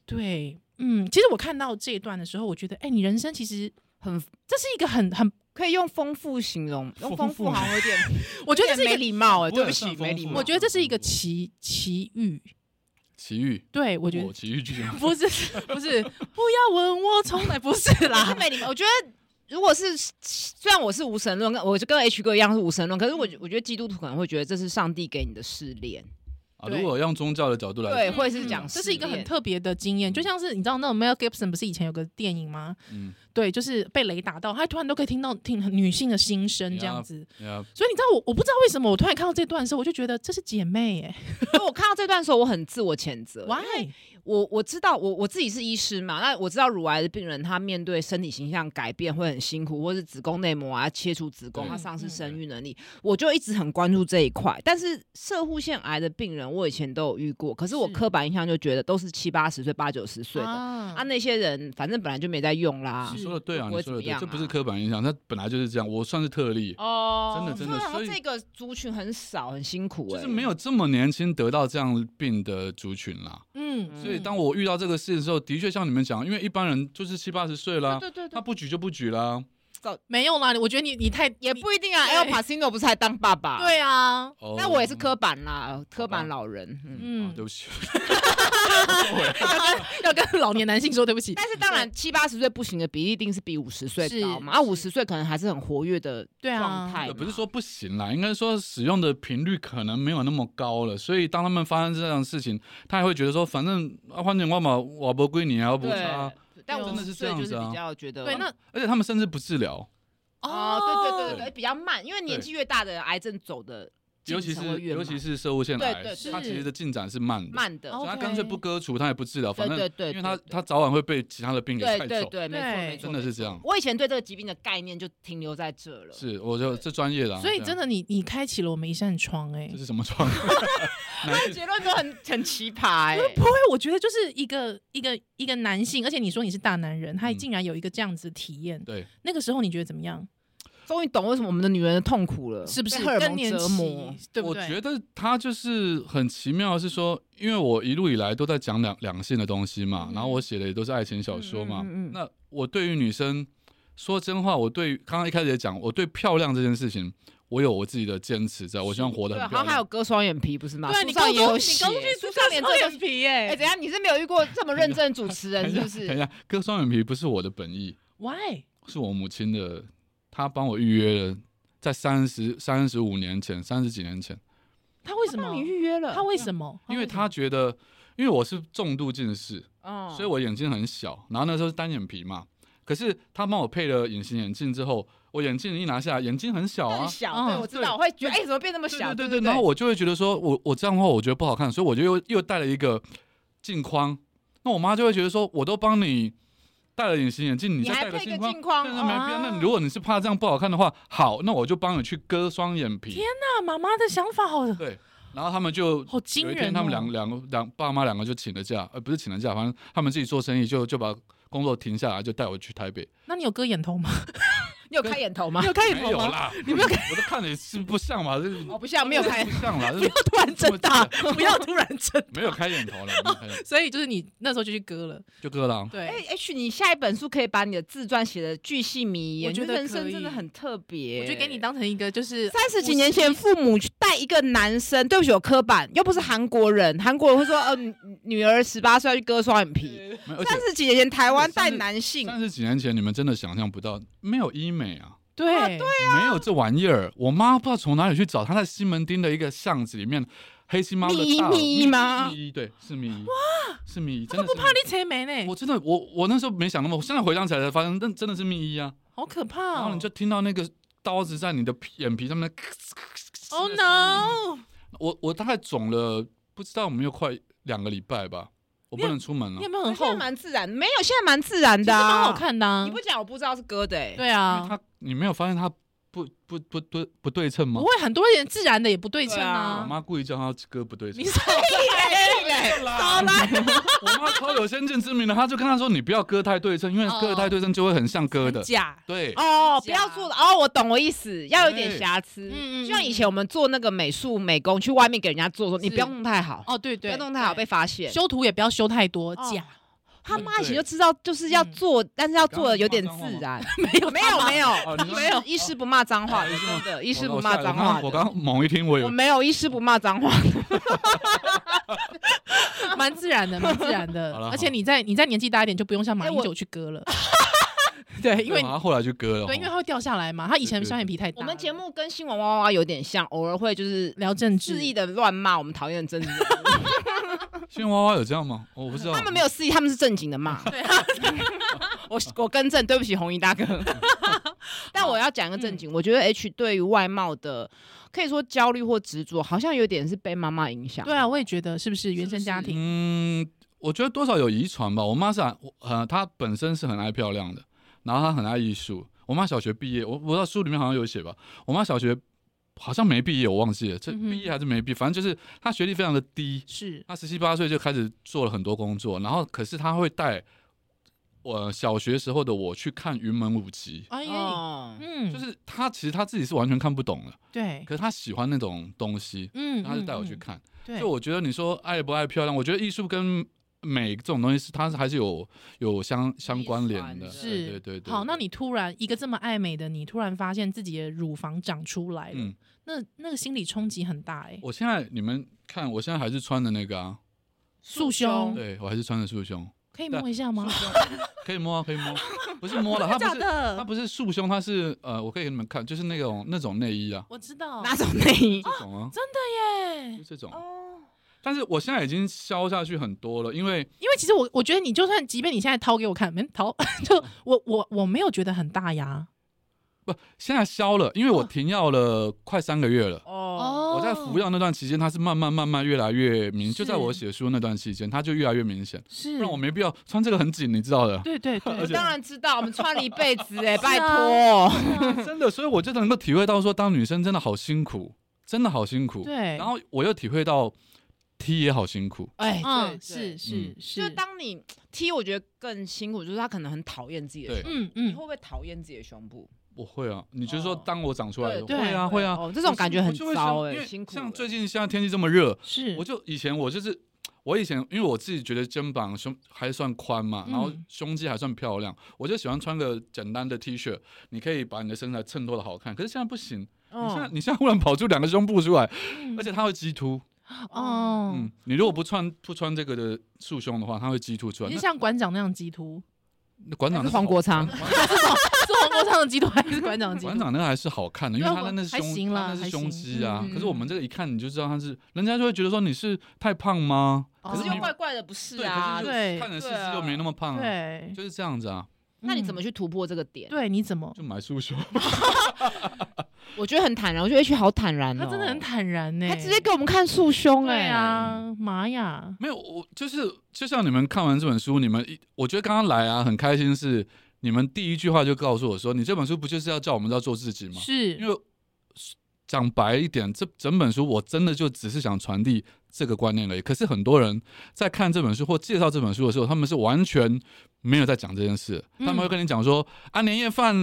A: 对，嗯，其实我看到这一段的时候，我觉得，哎、你人生其实
B: 很
A: 这是一个很很，
B: 可以用丰富形容，用丰
C: 丰
B: 富
C: 富
B: 好像有点，
A: 我觉得
B: 有
A: 这是
B: 点没
A: 一个，
B: 礼貌哎，
C: 不会
B: 对不起，
C: 算丰富
B: 没礼貌。嗯
A: 我觉得这是一个奇奇遇。
C: 奇遇，
A: 对，我觉得
C: 哦奇遇 剧情
A: 不是不是，不要问我从来不是
B: 不是
A: 啦。
B: 没礼貌。我觉得如果是虽然我是无神论，跟我就跟 H 哥一样是无神论，可是我
A: 嗯
B: 我觉得基督徒可能会觉得这是上帝给你的试炼，
C: 啊！
A: 对
C: 如果用宗教的角度来，嗯
B: 对，会是讲
A: 嗯
B: 试炼，
A: 这是一个很特别的经验，就像是你知道那种 Mel Gibson 不是以前有个电影吗？
C: 嗯，
A: 对，就是被雷打到，他突然都可以听到听女性的心声这样子。
C: 嗯呀，
A: 所以你知道我我不知道为什么我突然看到这段的时候，我就觉得这是姐妹哎、
B: 因为我看到这段的时候，我很自我谴责。
A: w
B: 哇
A: h，y
B: 我我知道我我自己是医师嘛，那我知道乳癌的病人他面对身体形象改变会很辛苦，或是子宫内膜啊切除子宫，
C: 对
B: 他丧失
A: 嗯
B: 生育能力，我就一直很关注这一块。但是射护腺癌的病人，我以前都有遇过，可是我
A: 是
B: 刻板印象就觉得都是七八十岁、八九十岁的啊
A: 啊
B: 那些人反正本来就没在用啦
C: 你
A: 是。
C: 说的对啊，
B: 不会
C: 你
B: 怎
C: 说的
B: 么
C: 对
B: 样，
C: 这不是
B: 啊
C: 刻板印象，它本来就是这样，我算是特例，
B: 哦
C: 真的真的
B: 对啊
C: 所以
B: 这个族群很少，很辛苦、欸，
C: 就是没有这么年轻得到这样病的族群啦。
A: 嗯，
C: 所以当我遇到这个事的时候，的确像你们讲，因为一般人就是七八十岁
B: 嗯
C: 啦，
B: 对对对
C: 他
B: 对，
C: 不举就不举啦。
A: 没有啦，我觉得你你太
B: 也
A: 你
B: 不一定啊。
A: 对
B: El Pacino 不是还当爸爸？
A: 对啊，
C: 哦
B: 那我也是刻板啦，刻板
C: 吧
B: 老人。嗯，
C: 啊
A: 嗯，
C: 对不起，
A: 要跟老年男性说对不 起。
B: 但是当然，七八十岁不行的比例一定是比五十岁高嘛。
A: 是
B: 啊，五十岁可能还是很活跃的
A: 对
B: 状态
A: 啊，
B: 嘛，
C: 呃不是说不行啦，应该说使用的频率可能没有那么高了，所以当他们发生这样的事情，他也会觉得说，反正啊，换成我嘛，我不归你啊，我不
B: 对
C: 差，。
B: 但
A: 真
B: 五
A: 的
B: 十
C: 是
B: 岁
C: 这样
B: 就是
C: 子啊
B: 比较觉得
A: 对，那
C: 而且他们甚至不治疗，
B: 哦，对对对对
C: 对
B: 对，比较慢，因为年纪越大的癌症走的
C: 尤其
B: 进程
C: 是
B: 会越
C: 尤其
B: 慢
C: 是射物腺癌，
B: 对对对
C: 它其实的进展是慢的，
B: 慢的
A: 哦，
C: 所以他
A: OK
C: 干脆不割除，他也不治疗，反正
B: 对对对
C: 因为他
B: 对对
C: 他早晚会被其他的病给
B: 对
C: 带
B: 对
C: 走，
B: 对，没错
A: 对
B: 没错，
C: 真的是这样。
B: 我以前对这个疾病的概念就停留在这了，
C: 是，我就这专业的啊，
A: 所以
C: 对啊
A: 真的你你开启了我们一扇窗哎、
C: 这是什么 创？
B: 他的结论都很很奇 葩哎，
A: 对，我觉得就是一个一个一个男性，而且你说你是大男人，他
C: 嗯
A: 竟然有一个这样子的体验，
C: 对，
A: 那个时候你觉得怎么样？
B: 终于懂为什么我们的女人的痛苦了，
A: 是不是
B: 被荷尔
A: 更
B: 蒙
A: 年
B: 折磨？
A: 期？对不
C: 我
A: 对？
C: 觉得他就是很奇妙，是说，因为我一路以来都在讲两两性的东西嘛，
A: 嗯
C: 然后我写的也都是爱情小说嘛，
B: 嗯嗯嗯嗯
C: 那我对于女生，说真话，我对于刚刚一开始也讲，我对漂亮这件事情，我有我自己的坚持在，我希望活得
B: 对，啊
C: 很
B: 好
C: 漂
B: 像还有
C: 亮。
B: 割双眼皮不是吗？
A: 对啊
B: 书
A: 你
B: 上
A: 高
B: 也
A: 中
B: 有
A: 你
B: 写，
A: 高中去
B: 书上连这都
A: 皮哎
B: 哎，怎样？你是没有遇过这么认真的主持人，
C: 等
B: 是
C: 一下
B: 不
C: 等一
B: 是？
C: 下，割双眼皮不是我的本意，
A: Why？
C: 是我母亲的，她帮我预约了，在三十三十五年前，三十几年前，
B: 哦
A: 他为什么
B: 帮？你预约了？
A: 他为什么？
C: 因为她觉得，因为我是重度近视，
B: 哦
C: 所以我眼睛很小，然后那时候是单眼皮嘛。可是他帮我配了隐形眼镜之后，我眼镜一拿下来，眼睛很小啊
B: 更，小，
A: 嗯
B: 对我知道，我会觉得哎，怎么变那么小？
C: 对
B: 对
C: 然后我就会觉得说，我我这样的话我觉得不好看，所以我就又又戴了一个镜框。那我妈就会觉得说，我都帮你戴了隐形眼镜，
B: 你
C: 再
B: 还
C: 戴
B: 配
C: 镜
B: 个
C: 框
B: 镜，
C: 但
B: 框，
C: 是
B: 哦
C: 没必要。那如果你是怕这样不好看的话，好，那我就帮你去割双眼皮
A: 天。那妈妈的想法好
C: 对，然后他们就
A: 好惊
C: 有一
A: 人哦。
C: 天，他们两两个两爸妈两个就请了假，呃，不是请了假，反正他们自己做生意就就把工作停下来，就带我去台北。
A: 那你有割眼头吗？
B: 你有开眼头吗
A: 你？有开眼
C: 没
A: 头
C: 有
A: 吗？
C: 啦，你没有，我都看你是不像嘛，这
B: 我哦不啊像，没有开
C: 不。像啦，
A: 不要突然睁大，不要突然睁。
C: 没有开眼头了，没有开眼
A: 所以就是你那时候就去割了，
C: 就割了啊。
A: 对，
B: 哎，H，你下一本书可以把你的自传写的巨细靡遗，
A: 我觉
B: 你
A: 得
B: 的人生
A: 可以
B: 真的很特别。
A: 我就给你当成一个就是
B: 三十几年前，父母去带一个男生，对不起，我刻板，又不是韩国人，韩国人会说，呃，女女儿十八岁要去割双眼皮。
C: 没有而
B: 三
C: 且
B: 十几年前台湾带
C: 三十
B: 男性，
C: 三十几年前，你们真的想象不到，没有医美啊，
A: 对对
C: 没有这玩意儿。我妈不知道从哪里去找，她在西门町的一个巷子里面。黑心猫的
B: 蜜
C: 大
B: 蜜衣吗
C: 蜜衣对，是蜜衣，哇，是蜜衣，真的不
A: 不怕你扯没呢
C: 我，真的，我我那时候没想那么，我现在回想起来才发现，但真的是蜜衣啊。
A: 好可怕哦！
C: 然后你就听到那个刀子在你的皮眼皮上面咔哧咔哧咔哧
A: 哦
C: 的嗯声音
A: no，
C: 我我大概肿了，不知道有没有快两个礼拜吧，我不能出门了
A: 你有，没有很
B: 现
A: 后
B: 在
A: 悔？
B: 蛮自然，没有，现在蛮自然
A: 其实
B: 的、啊，
A: 蛮好。看的啊
B: 你，不讲我不知道是歌的、欸，
A: 对
C: 因为
A: 啊，
C: 他你没有发现他不不不不不对称吗
A: 不？会很多人自然的也不对称
C: 我
A: 啊
B: 对。
C: 妈故意叫他歌不对称
A: 你。少
B: 对，
C: 啦！我妈超有先见之明的，她就跟他说：“你不要歌太对称，因为歌太对称就会很像歌的
B: 哦很。假”。
C: 对，
B: 哦，不
A: 假
B: 要做的哦，我懂我意思，要有点瑕疵。
A: 嗯嗯嗯
B: 就像以前我们做那个美术美工，去外面给人家做的时候，你
A: 是
B: 不要弄太好，
A: 哦，对
B: 不
A: 对，
B: 要弄太好被发现。
A: 修图也不要修太多
B: 哦
A: 假，
B: 他妈以前
C: 对
B: 就知道就是要
A: 嗯
B: 做，但是要
C: 刚刚
B: 做的
C: 是
B: 有
C: 骂
B: 点
C: 脏话
B: 自
C: 吗
B: 然。
A: 没有
B: 没有没有
C: 哦你 说
B: 没有，医师不骂脏话，
C: 哦医师
B: 真的，医
C: 一
B: 师不骂脏话的。
C: 我刚猛一听，我
B: 我
C: 有
B: 没有，医师不骂脏话。
A: 蛮自然的，蛮自然的
C: 好了。
A: 而且你在你在年纪大一点，就不用像马
B: 哎
A: 英
B: 我
A: 九去割了。对，因为
C: 他后来就割了。哦
A: 对，因为它会掉下来嘛。他以前
C: 对对
A: 双眼皮太大。
B: 我们节目跟新闻哇哇哇有点像，偶尔会 就是
A: 聊政治
B: 肆意，的乱骂我们讨厌的政治人物，
C: 新娃娃有这样吗？哦我不知道。
B: 他们没有肆意，他们是正经的骂。
A: 对啊，
B: 我我更正，对不起，红衣大哥。 但我要讲一个正经，我觉得 H 对于外貌的可以说焦虑或执着，好像有点是被妈妈影响。
A: 对啊，我也觉得是不是原生家庭？
C: 嗯，我觉得多少有遗传吧。我妈是很，我呃，她本身是很爱漂亮的，然后她很爱艺术。我妈小学毕业，我我不知道书里面好像有写吧。我妈小学好像没毕业，我忘记了，这
A: 嗯哼
C: 毕业还是没毕业，反正就是她学历非常的低。
A: 是
C: 她十七八岁就开始做了很多工作，然后可是她会带我小学时候的我去看云门舞集，
A: 哎呀，
B: 哦，
A: 嗯，
C: 就是她其实她自己是完全看不懂的，
A: 对，
C: 可是她喜欢那种东西，
A: 嗯，
C: 她就带我去
A: 嗯，
C: 看。
A: 嗯对
C: 就，我觉得你说爱不爱漂亮，我觉得艺术跟美这种东西是它还是有有相相关联的，
B: 遗传的
C: 呃对
A: 是，
C: 对对对。
A: 好，那
C: 对
A: 你突然一个这么爱美的你，突然发现自己的乳房长出来了
C: 嗯，，
A: 那那个心理冲击很大哎。
C: 我现在你们看，我现在还是穿的那个啊，
A: 束胸
C: 对我还是穿的束胸，
A: 可以摸一下吗？
C: 可以摸啊，可以摸，不是啊 摸了，它
A: 假
C: 不是它
A: 的，
C: 不是束胸，它是呃，我可以给你们看，就是那种那种内衣啊，
A: 我知道。
B: 哪种内衣？
C: 这种啊，
A: 对
C: 就，这种。
B: 哦，
C: 但是我现在已经消下去很多了，因为
A: 因为其实我我觉得你就算，即便你现在掏给 我看，没掏，就我我我没有觉得很大呀。
C: 不现在消了，因为
A: 哦
C: 我停药了快三个月了。
B: 哦，
C: 我在服药那段期间，它是慢慢慢慢越来越明，就在
A: 是
C: 我写书那段期间，它就越来越明显。
A: 是
C: 不然我没必要穿这个很紧，你知道的。
A: 对对
B: 我
A: 对，
B: 当然知道，我们穿了一辈子 哎、
A: 啊
B: 拜托。
C: 真的，所以我就能够体会到说，当女生真的好辛苦，真的好辛苦。
A: 对，
C: 然后我又体会到 T 也好辛苦，
B: 哎
A: 嗯，
B: 是
A: 是，是
C: 嗯
A: 是，
B: 就是当你 T，我觉得更辛苦，就是他可能很讨厌自己的
C: 对
B: 胸部。
A: 嗯
B: 你
A: 嗯
B: 会，不会讨厌自己的胸部？
C: 我会啊。你就是说
B: 哦，
C: 当我长出来的，
A: 对
C: 会啊，会啊。
B: 哦，这种感觉很
C: 我就会
B: 糟
C: 想
B: 哎、
C: 因为
B: 辛苦欸。
C: 像最近现在天气这么热，
A: 是
C: 我，就以前我就是我以前，因为我自己觉得肩膀胸还算宽嘛，
A: 嗯
C: 然后胸肌还算漂亮，我就喜欢穿个简单的 T 恤，你可以把你的身材衬托的好看。可是现在不行，你现在
B: 嗯，
C: 你现在忽然跑出两个胸部出来，
A: 嗯
C: 而且它会激突。
A: 哦，
C: 嗯，你如果不穿不穿这个的束胸的话，它会激突出来
A: 你是。像馆长那样鸡 突，
C: 那那馆长
B: 还
C: 那
B: 是黄国昌
C: 馆
A: 是黄国昌的鸡突还是馆长的 鸡
C: 馆
A: 突？
C: 长那个还是好看的，因为
A: 对啊
C: 他的那是
A: 还
C: 胸，
A: 行啦
C: 他那是胸肌
A: 还
C: 啊
A: 行。嗯
C: 可是我们这个一看你就知道他是，人家就会觉得说你是太胖吗？
A: 哦
B: 可是
C: 你
B: 又怪怪的，不是
C: 对，
B: 啊
C: 可？是
A: 对
C: 就看着四
B: 对啊
C: 肢又没那么胖啊，
A: 对，
C: 就是这样子啊。
B: 那你怎么
A: 嗯？
B: 去突破这个点？
A: 对，你怎么？
C: 就买束胸，
B: 我觉得很坦然，我觉得 H 好坦欸然哦，
A: 他真的很坦然呢，
B: 他直接给我们看束胸哎、
A: 对啊，妈呀，
C: 没有我就是就像你们看完这本书，你们一我觉得刚刚来啊很开心是，你们第一句话就告诉我说，你这本书不就是要叫我们要做自己吗？因
A: 是，
C: 为讲白一点，这整本书我真的就只是想传递这个观念而已。可是很多人在看这本书或介绍这本书的时候，他们是完全没有在讲这件事，
A: 嗯
C: 他们会跟你讲说啊年夜饭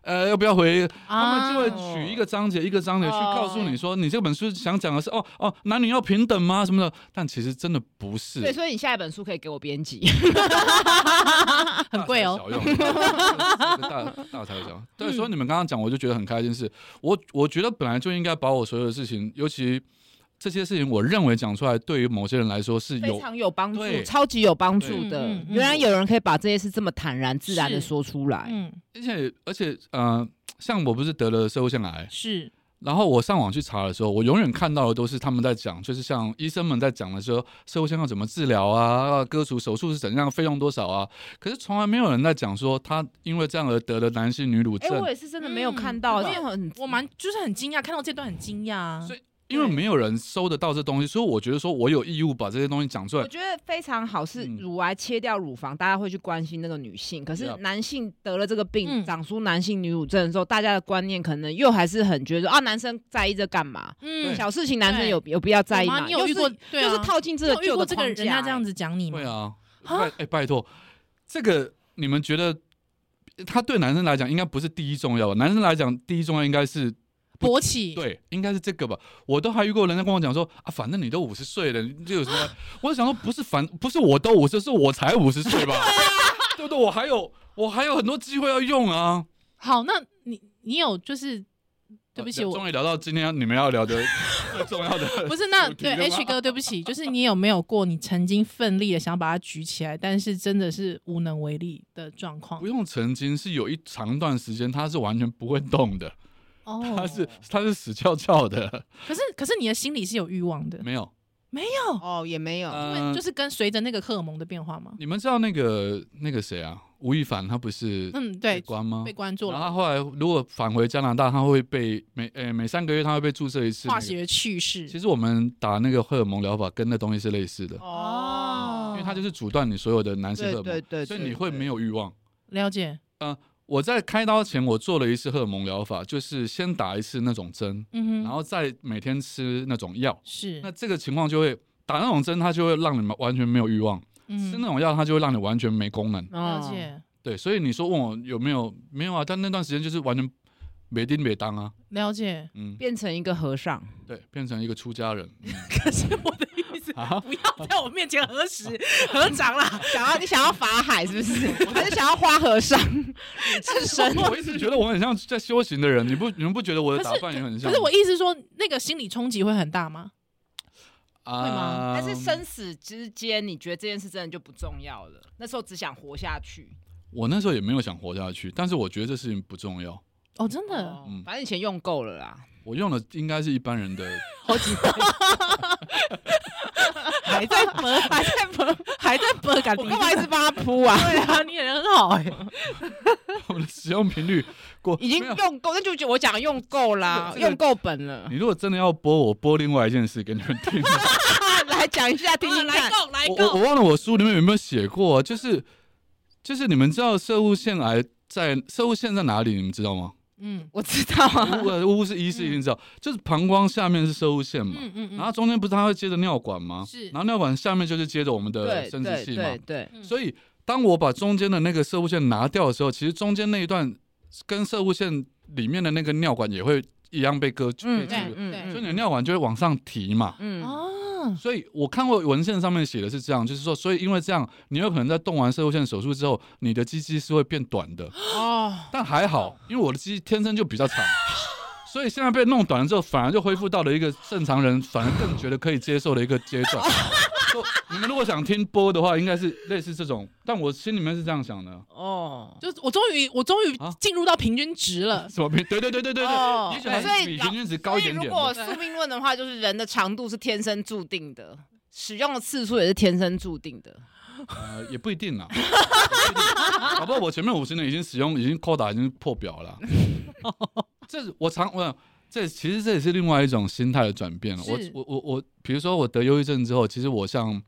C: 呃要不要回他们就
A: 啊
C: 会取一个章节一个章节去
B: 哦
C: 告诉你说，你这本书想讲的是哦哦，男女要平等吗什么的？但其实真的不是，
B: 对，所以你下一本书可以给我编辑，
A: 很贵哦
C: 大材小用 大大材小用。对，所以你们刚刚讲，我就觉得很开心是，我我觉得本来就应该把我所有的事情，尤其这些事情，我认为讲出来，对于某些人来说是
B: 非
C: 有
B: 常有帮助，
C: 对
B: 超级有帮助
A: 对
B: 的
A: 嗯嗯。嗯
B: 原来有人可以把这些事这么坦然自然的
A: 是
B: 说出来，
A: 嗯，
C: 而且而且呃，像我不是得了社会腺癌，
A: 是，
C: 然后我上网去查的时候，我永远看到的都是他们在讲，就是像医生们在讲的说，社会现象怎么治疗啊，割除手术是怎样，费用多少啊。可是从来没有人在讲说，他因为这样而得了男性女乳
B: 哎、
C: 症，
B: 我也是真的没有
A: 嗯
B: 看到，因
A: 对
B: 为很
A: 我蛮就是很惊讶，看到这段很惊讶啊。
C: 所以因为没有人收得到这东西，所以我觉得说我有义务把这些东西讲出
B: 我
C: 来。
B: 觉得非常好，是
C: 嗯
B: 乳癌切掉乳房，大家会去关心那个女性。可是
C: Yup
B: 男性得了这个病，
A: 嗯
B: 长出男性女乳症的时候，大家的观念可能又还是很觉得啊，男生在意这干嘛？
A: 嗯，
B: 小事情男生
A: 对
B: 有有必要在意
A: 有
B: 吗？
A: 吗？你有遇过？
B: 又是
A: 对
B: 又
A: 啊，
B: 是套进这
A: 你
B: 个
A: 有遇
B: 旧
A: 过
B: 的
A: 这个
B: 框
A: 人
B: 架
A: 家这样
B: 欸
A: 子讲你吗？
C: 对啊，
A: 啊
C: 拜哎拜托，这个你们觉得他对男生来讲应该不是第一重要吧？男生来讲第一重要应该是
A: 勃起，
C: 对，应该是这个吧。我都还遇过人家跟我讲说啊，反正你都五十岁了，你就有什么？我就想说，不是反，不是我都五十，是我才五十 岁吧？对不对？我还有我还有很多机会要用啊。
A: 好，那你你有就是对不起，
C: 呃
A: 我
C: 终于聊到今天你们 要聊的最重要的主题了吗，
A: 不是那对 H 哥，对不起，就是你有没有过你曾经奋力的想把它举起来，但是真的是无能为力的状况
C: 不？用曾经是有一长段时间他是完全不会动的，
A: 哦，
C: 他是他是死翘翘的，
A: 可是可是你的心里是有欲望的，
C: 没有。
B: 哦，也没有。
A: 因为
C: 嗯
A: 就，是跟随着那个荷尔蒙的变化嘛。
C: 你们知道那个那个谁啊，吴亦凡他不是
A: 嗯，对
C: 被，关吗
A: 被？关注
C: 然后他
A: 了
C: 后来如果返回加拿大，他会被每呃每三个月他会被注射一次、那
A: 化
C: 个。
A: 学去世
C: 其。实我们打那个荷尔蒙疗法跟那东西是类似的，因
A: 哦
C: 为它就是阻断你所有的男性荷
B: 对
C: 尔
B: 对对，
C: 蒙，所以你会没
B: 有
C: 有欲望。
A: 了解，
C: 我在开刀前，我做了一次荷尔蒙疗法，就是先打一次那种针，
A: 嗯哼，
C: 然后再每天吃那种药。
A: 是
C: 那这个情况就会打那种针，它就会让你们完全没有欲望；吃
A: 嗯，
C: 那种药，它就会让你完全没功
B: 嗯
C: 能。
A: 了解
C: 对，所以你说问我有没有没有啊？但那段时间就是完全没丁没当啊，
A: 了解。
C: 嗯，
B: 变成一个和尚，
C: 对，变成一个出家人。
A: 可是我的意思，
C: 啊
A: 不要在我面前核
C: 哦
A: 实 合掌啦。
B: 想要你想要法海是不 是？还是想要花和尚？
A: 自身
C: 我一直觉得我很像在修行的人，你不你们不觉得我的打扮也很像？
A: 可是我意思是说，那个心理冲击会很大吗？会吗
C: 啊，
B: 但是生死之间，你觉得这件事真的就不重要了？那时候只想活下去。
C: 我那时候也没有想活下去，但是我觉得这事情不重要。
A: 哦，真的，
B: 哦
C: 嗯
B: 反正以前用够了啦，
C: 我用的应该是一般人的，
B: 好几 倍。
A: 还在播，还在播，还在播，感
B: 我干嘛一直帮他铺啊？
A: 对啊，你人很好哎、
B: 欸
C: 我的使用频率过
B: 已经
C: 没有
B: 用够，那就就我讲用够啦，
C: 这个这个
B: 用够本了。
C: 你如果真的要播，我播另外一件事给你们听。
B: 啊来讲一下，听听看。
A: 够啊来
C: 我我我忘了我书里面有没有写过、啊就是就是你们知道射物腺癌在射物腺在哪里？你们知道 吗？
A: 嗯
B: 我知道啊，
C: 乌呃乌是医师一定知道，
B: 嗯
C: 就是膀胱下面是射物腺嘛，
A: 嗯嗯
C: 然后中间不是它会接着尿管吗？
A: 是
C: 然后尿管下面就是接着我们的
B: 对
C: 呃生殖
B: 对
C: 器嘛。
B: 对对，
A: 嗯
C: 所以当我把中间的那个射物线拿掉的时候，其实中间那一段跟射物线里面的那个尿管也会一样被割去。
B: 嗯
C: 被切
A: 对
C: 割
B: 嗯
A: 对
B: 嗯，
C: 所以你的尿管就会往上提嘛。
B: 嗯，
A: 哦，
C: 所以我看过文献上面写的是这样，就是说，所以因为这样，你有可能在动完射物线手术之后，你的鸡鸡是会变短的。
B: 哦，
C: 但还好，因为我的鸡鸡天生就比较长。所以现在被弄短了之后，反而就恢复到了一个正常人反而更觉得可以接受的一个阶段。 就你们如果想听播的话，应该是类似这种，但我心里面是这样想的。
B: 哦，
A: 就我终于我终于
C: 啊
A: 进入到平均值了，
C: 什么平？对对对对对
B: 哦
C: 对，也许还
B: 所以
C: 是比
B: 老
C: 平均值高
B: 所
C: 一
B: 以
C: 点
B: 如
C: 点
B: 果
C: 的。
B: 宿命论的话，就是人的长度是天生注定的，使用的次数也是天生注定的。
C: 呃，也不一定啦。也不一定 搞不好我前面五十年已经使用，已经扣打已经破表了。啊这是我常我这其实这也是另外一种心态的转变了。啊我
A: 是
C: 我我我，比如说我得忧郁症之后，其实我像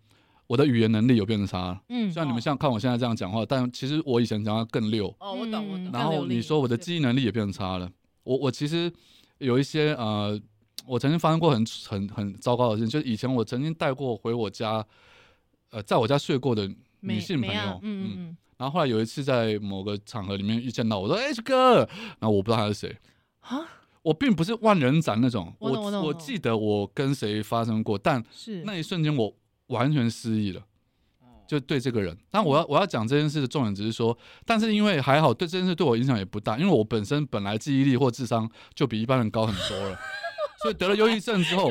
C: 我的语言能力有变差了。
A: 嗯
C: 虽然你们像看我现在这样讲话，但其实我以前讲话更溜。
B: 哦，我懂，我
A: 嗯
B: 懂。
C: 然
A: 流
C: 后
A: 利
C: 你说我的
A: 对
C: 记忆能力也变差了，我我其实有一些呃，我曾经发生过很很很糟糕的事情，就是以前我曾经带过回我家，呃，在我家睡过的女
A: 没
C: 性
A: 没
C: 朋
A: 啊
C: 友，
A: 嗯嗯
C: 然后后来有一次在某个场合里面遇见到，我说哎、这哥，然后我不知道他是谁，
A: 嗯，啊
C: 我并不是万人斩那种，
A: 我
C: 我
A: 懂我懂我懂
C: 记得我跟谁发生过，但
A: 是
C: 那一瞬间我完全失忆了。就对这个人，但我要
A: 嗯
C: 我要讲这件事的重点只是说，但是因为还好，对这件事对我影响也不大，因为我本身本来记忆力或智商就比一般人高很多了，所以得了忧郁症之后，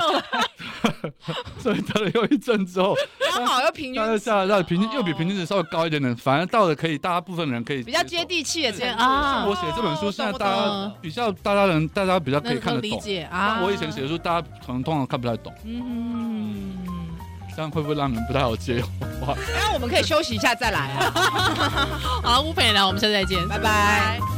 C: 所以等了又一阵之后，
B: 刚好又平均
C: 大家下来
A: 哦
C: 平均又比平均值稍微高一点点，反而到了可以大部分人可以
B: 比较
C: 接
B: 接
C: 受。
B: 地气的这
A: 嗯啊
C: 像我写这本书，现在大
A: 懂
C: 家比较大家人大家比较可以
A: 能
C: 看
A: 能
C: 得
A: 理
C: 懂。
A: 解啊。
C: 但我以前写的书，大家可能通常看不太懂，
A: 嗯，
C: 这样会不会让你们不太好接话？
B: 那我们可以休息一下再来啊，
A: 好，乌佩来，我们下次再见，
B: 拜拜。